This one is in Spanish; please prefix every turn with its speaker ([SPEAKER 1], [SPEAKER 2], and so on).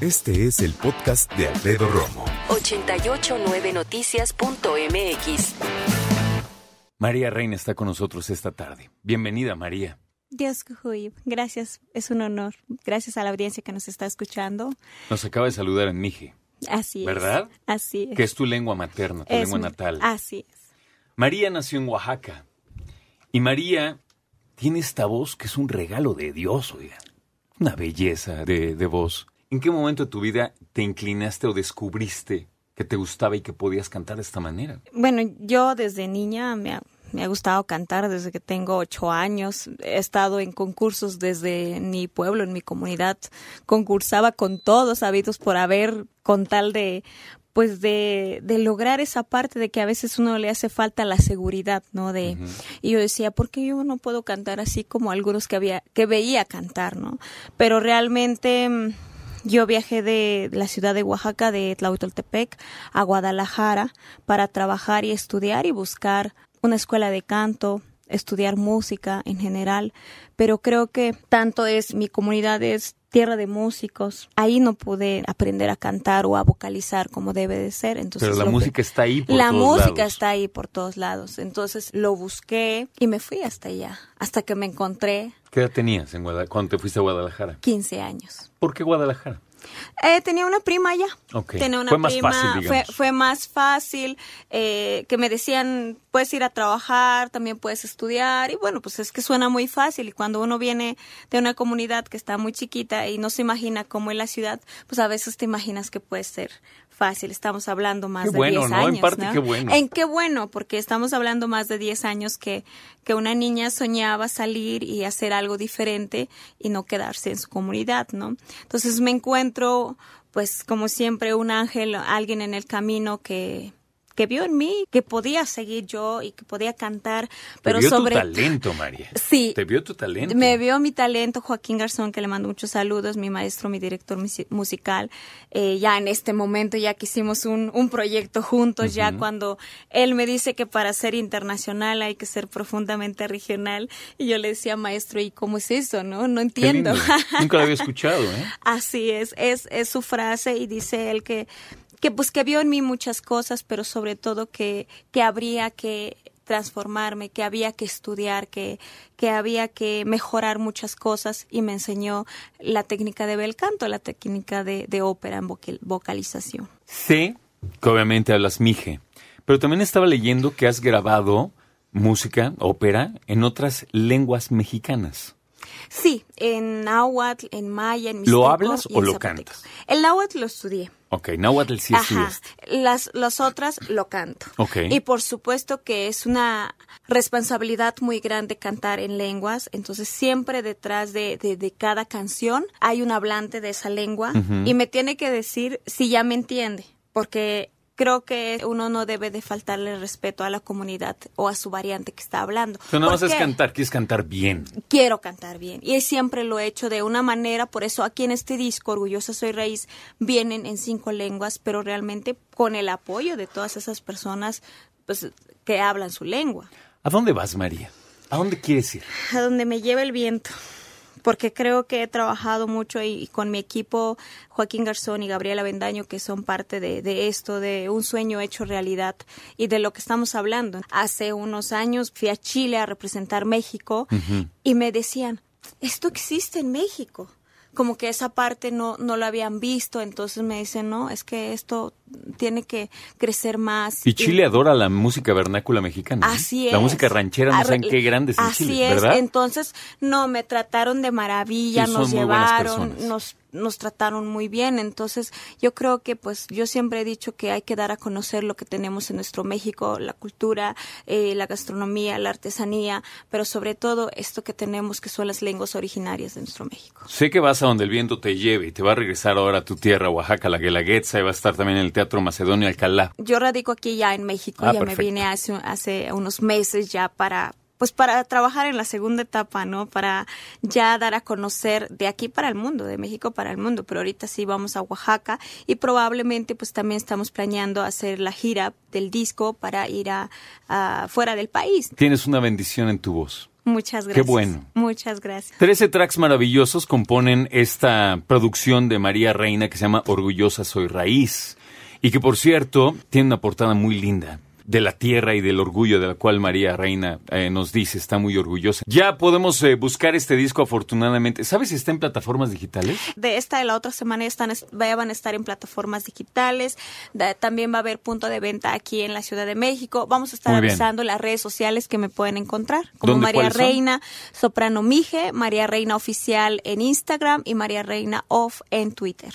[SPEAKER 1] Este es el podcast de Alfredo Romo.
[SPEAKER 2] 889noticias.mx.
[SPEAKER 3] María Reina está con nosotros esta tarde. Bienvenida, María.
[SPEAKER 4] Dios, Jujuy, gracias, es un honor. Gracias a la audiencia que nos está escuchando.
[SPEAKER 3] Nos acaba de saludar en Mije,
[SPEAKER 4] Así es.
[SPEAKER 3] ¿Verdad?
[SPEAKER 4] Así es.
[SPEAKER 3] que es tu lengua materna, tu
[SPEAKER 4] Es
[SPEAKER 3] lengua
[SPEAKER 4] mi- Ah.
[SPEAKER 3] natal.
[SPEAKER 4] Así es.
[SPEAKER 3] María nació en Oaxaca. Y María tiene esta voz que es un regalo de Dios, oigan. Una belleza de, de voz. ¿En qué momento de tu vida te inclinaste o descubriste que te gustaba y que podías cantar de esta manera?
[SPEAKER 4] Bueno, yo desde niña me ha, me ha gustado cantar desde que tengo ocho años. He estado en concursos desde mi pueblo, en mi comunidad. Concursaba con todos habidos por haber, con tal de pues de, de lograr esa parte de que a veces uno le hace falta la seguridad, ¿no? De y yo decía, ¿por qué yo no puedo cantar así como algunos que había que veía cantar, ¿no? Pero realmente mm, Yo viajé de la ciudad de Oaxaca, de Tlahuitoltepec, a Guadalajara para trabajar y estudiar y buscar una escuela de canto, estudiar música en general. Pero creo que tanto es mi comunidad es tierra de músicos. Ahí no pude aprender a cantar o a vocalizar como debe de ser. Entonces
[SPEAKER 3] Pero la
[SPEAKER 4] lo que-
[SPEAKER 3] música está ahí por
[SPEAKER 4] la
[SPEAKER 3] todos
[SPEAKER 4] música
[SPEAKER 3] lados.
[SPEAKER 4] está ahí por todos lados. Entonces lo busqué y me fui hasta allá, hasta que me encontré
[SPEAKER 3] ¿Qué edad tenías en Guadalajara, cuando te fuiste a Guadalajara?
[SPEAKER 4] 15 años.
[SPEAKER 3] ¿Por qué Guadalajara?
[SPEAKER 4] Eh, tenía una prima ya.
[SPEAKER 3] Ok.
[SPEAKER 4] Tenía una
[SPEAKER 3] Fue más
[SPEAKER 4] prima.
[SPEAKER 3] fácil, digamos.
[SPEAKER 4] Fue, fue más fácil. eh, que me decían, puedes ir a trabajar, también puedes estudiar. Y bueno, pues es que suena muy fácil. Y cuando uno viene de una comunidad que está muy chiquita y no se imagina cómo es la ciudad, pues a veces te imaginas que puede ser fácil. Estamos hablando más
[SPEAKER 3] Qué
[SPEAKER 4] de
[SPEAKER 3] bueno,
[SPEAKER 4] 10
[SPEAKER 3] ¿no? En
[SPEAKER 4] años.
[SPEAKER 3] parte, qué bueno.
[SPEAKER 4] En qué bueno, porque estamos hablando más de 10 años que, que una niña soñaba salir y hacer algo diferente y no quedarse en su comunidad, ¿no? Entonces me encuentro, pues como siempre, un ángel, alguien en el camino que que vio en mí que podía seguir yo y que podía cantar, pero
[SPEAKER 3] te vio
[SPEAKER 4] sobre
[SPEAKER 3] tu talento, María.
[SPEAKER 4] Sí.
[SPEAKER 3] Te vio tu talento.
[SPEAKER 4] me vio mi talento, Joaquín Garzón, que le mando muchos saludos, mi maestro, mi director musi- musical. Eh, ya en este momento, ya que hicimos un, un proyecto juntos, ya cuando él me dice que para ser internacional hay que ser profundamente regional, y yo le decía, maestro, ¿y cómo es eso? No, no
[SPEAKER 3] Qué
[SPEAKER 4] entiendo.
[SPEAKER 3] lindo. Nunca lo había escuchado, ¿eh?
[SPEAKER 4] Así es, es, es su frase y dice él que, que pues que vio en mí muchas cosas, pero sobre todo que, que habría que transformarme, que había que estudiar, que, que había que mejorar muchas cosas y me enseñó la técnica de bel canto, la técnica de, de ópera en vocal- vocalización.
[SPEAKER 3] Sé que obviamente hablas mije, pero también estaba leyendo que has grabado música, ópera, en otras lenguas mexicanas.
[SPEAKER 4] Sí, en náhuatl, en maya, en mixteco
[SPEAKER 3] ¿Lo hablas
[SPEAKER 4] y
[SPEAKER 3] o
[SPEAKER 4] en
[SPEAKER 3] lo
[SPEAKER 4] zapoteco.
[SPEAKER 3] cantas?
[SPEAKER 4] El náhuatl lo estudié.
[SPEAKER 3] Ok, náhuatl sí
[SPEAKER 4] Ajá.
[SPEAKER 3] estudiaste.
[SPEAKER 4] Las, las otras lo canto.
[SPEAKER 3] Ok.
[SPEAKER 4] Y por supuesto que es una responsabilidad muy grande cantar en lenguas. Entonces siempre detrás de, de- de cada canción hay un hablante de esa lengua y me tiene que decir si ya me entiende. Porque creo que uno no debe de faltarle el respeto a la comunidad o a su variante que está hablando.
[SPEAKER 3] Tú nada más
[SPEAKER 4] ¿Por
[SPEAKER 3] es
[SPEAKER 4] qué?
[SPEAKER 3] cantar, quieres cantar bien.
[SPEAKER 4] quiero cantar bien y siempre lo he hecho de una manera, por eso aquí en este disco Orgullosa Soy Raíz vienen en cinco lenguas, pero realmente con el apoyo de todas esas personas pues, que hablan su lengua.
[SPEAKER 3] ¿A dónde vas, María? ¿A dónde quieres ir?
[SPEAKER 4] A donde me lleve el viento, porque creo que he trabajado mucho y, y con mi equipo Joaquín Garzón y Gabriela Bendaño, que son parte de, de esto, de un sueño hecho realidad y de lo que estamos hablando. Hace unos años fui a Chile a representar México y me decían, esto existe en México. Como que esa parte no, no lo habían visto, entonces me dicen, no, es que esto tiene que crecer más.
[SPEAKER 3] Y Chile adora la música vernácula mexicana. ¿eh?
[SPEAKER 4] Así es.
[SPEAKER 3] La música ranchera, no
[SPEAKER 4] Arre-
[SPEAKER 3] saben qué grande es en
[SPEAKER 4] Así
[SPEAKER 3] Chile,
[SPEAKER 4] es.
[SPEAKER 3] ¿verdad?
[SPEAKER 4] Entonces, no, me trataron de maravilla,
[SPEAKER 3] Sí, son
[SPEAKER 4] nos
[SPEAKER 3] muy buenas
[SPEAKER 4] llevaron,
[SPEAKER 3] personas.
[SPEAKER 4] nos, nos trataron muy bien. Entonces, yo creo que pues yo siempre he dicho que hay que dar a conocer lo que tenemos en nuestro México, la cultura, eh, la gastronomía, la artesanía, pero sobre todo esto que tenemos que son las lenguas originarias de nuestro México.
[SPEAKER 3] Sé que vas a donde el viento te lleve y te va a regresar ahora a tu tierra, Oaxaca, la Guelaguetza, y va a estar también en el Teatro Macedonio Alcalá.
[SPEAKER 4] Yo radico aquí ya en México,
[SPEAKER 3] Ah,
[SPEAKER 4] ya
[SPEAKER 3] perfecto.
[SPEAKER 4] me vine hace, hace unos meses ya para pues para trabajar en la segunda etapa, ¿no? Para ya dar a conocer de aquí para el mundo, de México para el mundo, pero ahorita sí vamos a Oaxaca y probablemente pues también estamos planeando hacer la gira del disco para ir a, a fuera del país.
[SPEAKER 3] Tienes una bendición en tu voz.
[SPEAKER 4] Muchas
[SPEAKER 3] Qué
[SPEAKER 4] gracias.
[SPEAKER 3] bueno.
[SPEAKER 4] Muchas gracias.
[SPEAKER 3] Trece tracks maravillosos componen esta producción de María Reina que se llama Orgullosa Soy Raíz. Y que, por cierto, tiene una portada muy linda de la tierra y del orgullo de la cual María Reina eh, nos dice, está muy orgullosa. Ya podemos eh, buscar este disco afortunadamente. ¿Sabes si está en plataformas digitales?
[SPEAKER 4] de esta y la otra semana están, es- va- van a estar en plataformas digitales. Da- también va a haber punto de venta aquí en la Ciudad de México. Vamos a estar
[SPEAKER 3] Muy bien.
[SPEAKER 4] avisando las redes sociales que me pueden encontrar, como
[SPEAKER 3] ¿Dónde,
[SPEAKER 4] María
[SPEAKER 3] cuáles son?
[SPEAKER 4] Reina Soprano Mije, María Reina Oficial en Instagram y María Reina Off en Twitter.